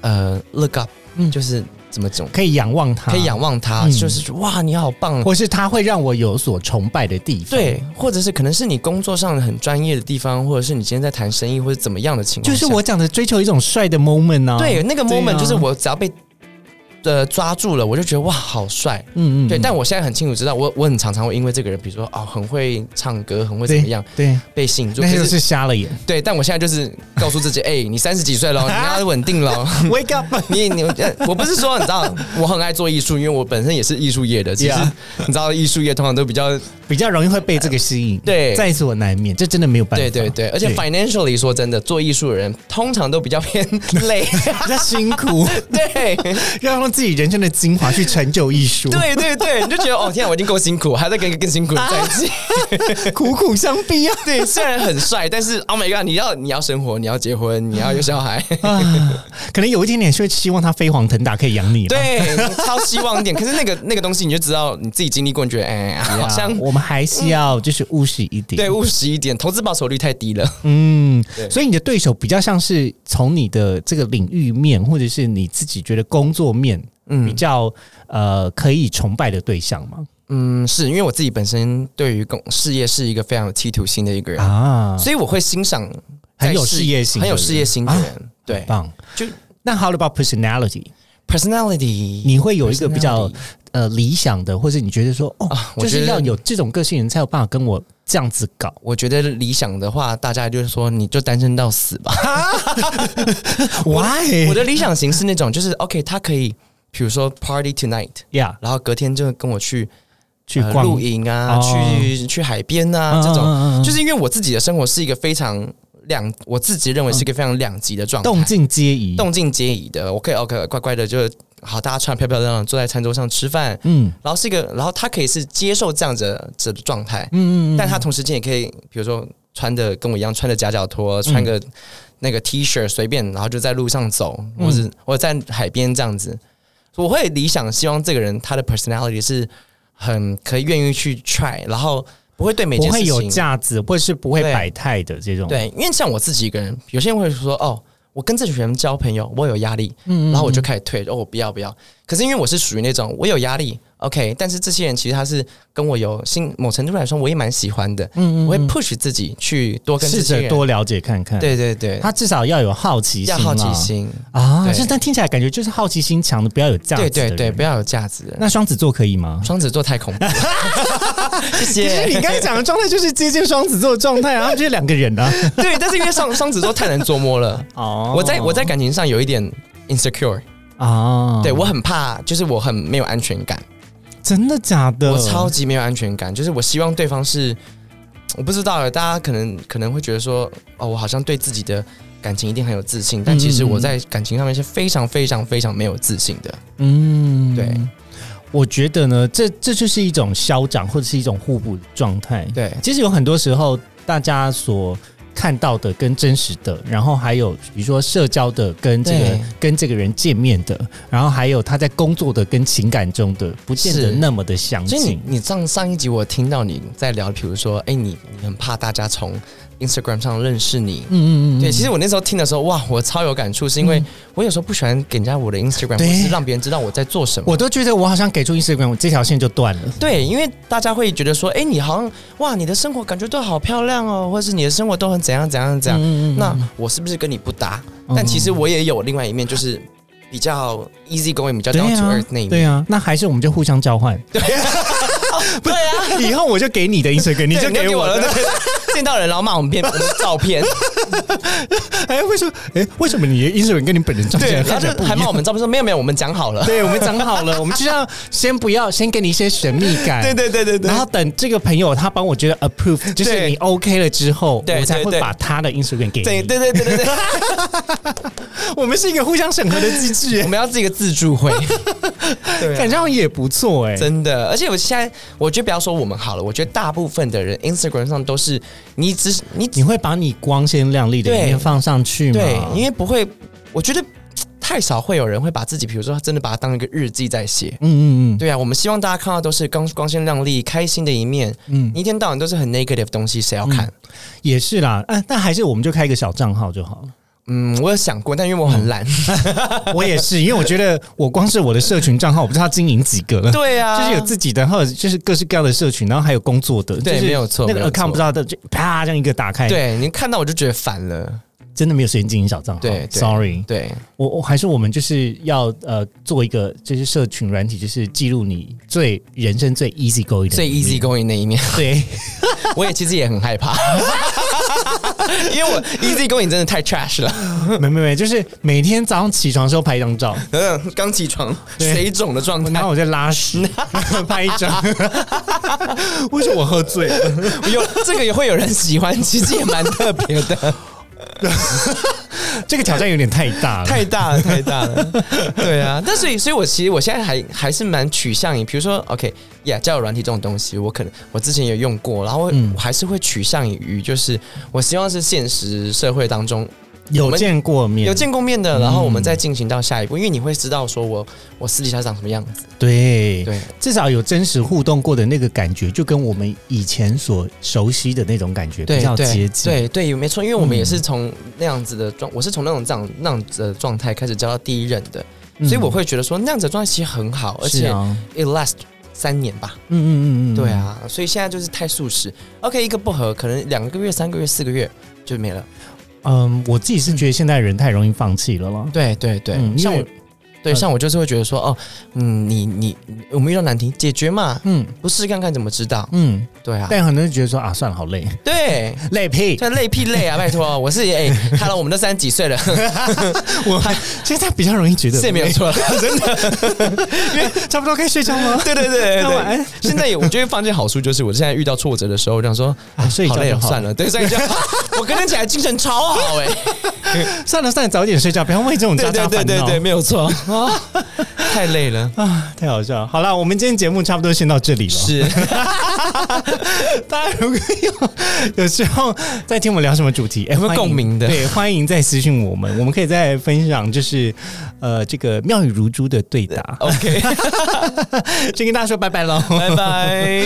呃 look up，嗯就是怎么讲，可以仰望他，可以仰望他，嗯就是哇你好棒，或是他会让我有所崇拜的地方。，对，或者是可能是你工作上很专业的地方，或者是你今天在谈生意或者怎么样的情况就下，是我讲的追求一种帅的 moment 啊。对那个对啊 moment 就是我只要被呃抓住了，我就觉得哇好帅。嗯，嗯嗯，对，但我现在很清楚知道，我我很常常会因为这个人，比如说哦很会唱歌，很会怎么样对，被吸引住。那可就是是瞎了眼。对，但我现在就是告诉自 己，哎、你三十几岁了，你要稳定 了。 Wake up！你你呃我不是说你知道，我很爱做艺术，因为我本身也是艺术业的。其实 Yeah 你知道，艺术业通常都比较比较容易会被这个吸引，对在所难免，这真的没有办法。对对对，而且对 financially 说真的，做艺术的人通常都比较偏 累。比较辛 苦，对要用自己人生的精华去成就 艺术，对对对，你就觉得哦，天啊，我已经够辛苦，还要再跟一个更辛苦的在一啊起。苦苦相逼啊！ 对，虽然很帅，但是 Oh my God，你要你要生活，你要结婚，你要有小孩，啊，可能有一点点是会希望他飞黄腾达，可以养你吧。对，超希望一点。可是那个那个东西，你就知道你自己经历过，你觉得哎，啊，好像我们还是要就是务实一点。对务实一点，投资报酬率太低了。嗯，对所以你的对手比较像是从你的这个领域面，或者是你自己觉得工作面比嗯较、呃可以崇拜的对象吗？嗯，是因为我自己本身对于工事业是一个非常有企图心的一个人，啊，所以我会欣赏很在有事业心的人啊很有事业心的人。对很，棒。就那 how about personality？ personality，你会有一个比较 personality 呃理想的，或者你觉得说哦，啊，我就觉是要得有这种个性人才有办法跟我这样子搞。我觉得理想的话，大家就是说你就单身到死 吧。 Why？我的理想型是那种，就是 OK，他可以，比如说 party tonight，呀然后隔天就跟我去去呃逛露营啊，哦去去海边啊，嗯这种，嗯嗯嗯就是因为我自己的生活是一个非常两，我自己认为是一个非常两极的状态，动静皆宜，动静皆宜的。我可以 OK 乖乖的就好，大家穿得漂漂亮亮坐在餐桌上吃饭，嗯然后是一个，然后他可以是接受这样子的这的状态，嗯嗯，但他同时间也可以，比如说穿的跟我一样，穿着夹脚拖，穿个那个 T 恤随便，然后就在路上走，嗯或者我在海边这样子。我会理想希望这个人他的 personality 是很可以愿意去 try，然后不会对每不件会事有情架子，或者是不会对摆态的这种，，对，因为像我自己一个人，有些人会说哦。我跟这群人交朋友，我有压力，嗯然后我就开始退，哦，我不要不要。可是因为我是属于那种我有压力，OK，但是这些人其实他是跟我有心，某程度来说我也蛮喜欢的，嗯我会 push 自己去多跟这试些着人，多了解看看，，对对对，他至少要有好奇心要啦，好奇心，啊，对是但听起来感觉就是好奇心强的，不要有架子的对对对，人不要有架子的人。那双子座可以 吗？双子座太恐怖了， 谢其实谢。你刚才讲的状态就是接近双子座的状态啊，然后就是两个人 啊。对，但是因为双双子座太难捉摸了，哦我在我在感情上有一点 insecure，啊，对我很怕，就是我很没有安全感。真的假的？我超级没有安全感，就是我希望对方是，我不知道欸，大家可能可能会觉得说，哦，我好像对自己的感情一定很有自信，但其嗯实嗯嗯我在感情上面是非常非常非常没有自信的。嗯对。我觉得呢，这这就是一种消长或者是一种互补的状态。对其实有很多时候，大家所看到的跟真实的，然后还有比如说社交的跟这个对跟这个人见面的，然后还有他在工作的跟情感中的，不见得是那么的相所以近你。你上上一集我听到你在聊，比如说，哎、你你很怕大家从 Instagram 上认识你。嗯对，其实我那时候听的时候，哇，我超有感触，是因为我有时候不喜欢给人家我的 Instagram，或对是让别人知道我在做什么。我都觉得我好像给出 Instagram，我这条线就断了。对，因为大家会觉得说，哎、你好像哇，你的生活感觉都好漂亮哦，或是你的生活都很怎样怎样怎样。嗯那我是不是跟你不搭？嗯但其实我也有另外一面，就是比较 easy going，比较 down to 对啊 earth 那一面。对啊，那还是我们就互相交换。对啊，对 啊，以后我就给你的 Instagram，你对就你就给给我我了。的。对对见到人然后骂我们变我们的照片，哎，为什么？哎，为什么你的 Instagram 跟你本人长对，得然后看起来不就一还样骂我？们照片说没有没有，我们讲好了。对，我们讲好了，我们就要先不要，先给你一些神秘 感。 对对对对对然后等这个朋友他帮我觉得 approve，就是对你 OK 了之后，对我才对会对把他的 Instagram 给对你。对对对对 对，我们是一个互相审核的机制 我，们要自己一个自助会，对啊感觉好像也不错哎。真的，而且我现在，我觉得不要说我们好了，我觉得大部分的人 Instagram 上都是你只是你你会把你光鲜亮丽的一对面放上去吗？对，因为不会，我觉得嘖太少会有人会把自己，比如说真的把它当一个日记在写。嗯嗯嗯，对啊，我们希望大家看到都是光光鲜亮丽、开心的一面。嗯嗯，一天到晚都是很 negative 的东西，谁要看？也是啦。啊，那还是我们就开一个小账号就好 了。嗯我有想过，但因为我很懒。嗯我也是，因为我觉得我光是我的社群账号，我不知道经营几个了。 对啊，就是有自己的，或者就是各式各样的社群，然后还有工作的，对就是没有错那没个有错 account 不知道的，就啪这样一个打开，，对你看到我就觉得烦了。真的没有时间经营小账号。对对 s o r r y 对，我我还是我们就是要呃做一个就是社群软体，就是记录你最人生最 easy going 的最一面 easy going 那 一面， 对，我也其实也很 害怕，因为我 easy going 真的太 trash 了。没没没，就是每天早上起床的时候拍一张照，嗯， 刚起床对水肿的状然态，后我在拉屎 拍一张，为什么我喝醉了？ 有这个也会有人喜欢，其实也蛮特别的，这个挑战有点太大了， 太大了，太大了。 对啊，但所以，所以我其实我现在还还是蛮取向于，比如说，OK，呀，交友软体这种东西，我可能我之前也用过，然后我,、嗯还是会取向于，就是我希望是现实社会当中我有们见过面，有见过面的，然后我们再进行到下一步，因为你会知道说我我私底下长什么样子。对对至少有真实互动过的那个感觉，就跟我们以前所熟悉的那种感觉比对较接对近。对对，没错，因为我们嗯也是从那样子的状，我是从那种这样那样子的状态开始交到第一任的。嗯所以我会觉得说那样子的状态其实很好，而是且啊， it last 三年吧。嗯嗯嗯嗯，对，啊，所以现在就是太速食。OK，一个不合，可能两个月、三个月、四个月就没了。嗯，我自己是觉得现在人太容易放弃了啦。对对对嗯因像为我，对，像我就是会觉得说，哦，嗯，你你我们遇到难题解决嘛，嗯不试试看看怎么知道？嗯，对啊，但很多人觉得说啊，算了，好累，对。 累屁！这累屁累啊！拜托，我是哎， 看、了我们都三十几岁了，我现在比较容易觉得 哎是也没有错了。差不多该睡觉吗？ 对对对对那晚哎安对，现在也我觉得放进好处就是，我现在遇到挫折的时候，我想说啊 睡一觉好累就了，好算了，对，睡一觉。 我隔天起来精神超好哎、算了算了，早点睡觉，不要为这种对渣对渣对烦对恼对，没 有错啊，太累了，啊！太好笑了。好了，我们今天节目差不多先到这里了。 是大家如果有有时候在听我们聊什么主题，哎、有没有欢迎共鸣的对，欢迎再私信我们，我们可以再分享，就是呃，这个妙语如珠的对答。 OK，先跟大家说 拜拜喽，拜拜。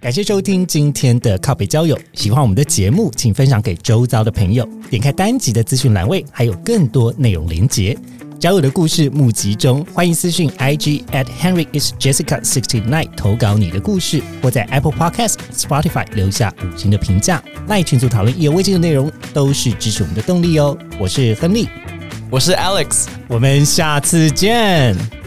感谢收听今天的靠北交友。喜欢我们的节目，请分享给周遭的朋友。点开单集的资讯栏位，还有更多内容连结。交友的故事募集中，欢迎私讯 IG at Henry is Jessica sixty nine 投稿你的故事，或在 Apple Podcast、Spotify 留下五星的评价。赖群组讨论意犹未尽的内容，都是支持我们的动力哦。我是亨利，我是 Alex。我们下次见。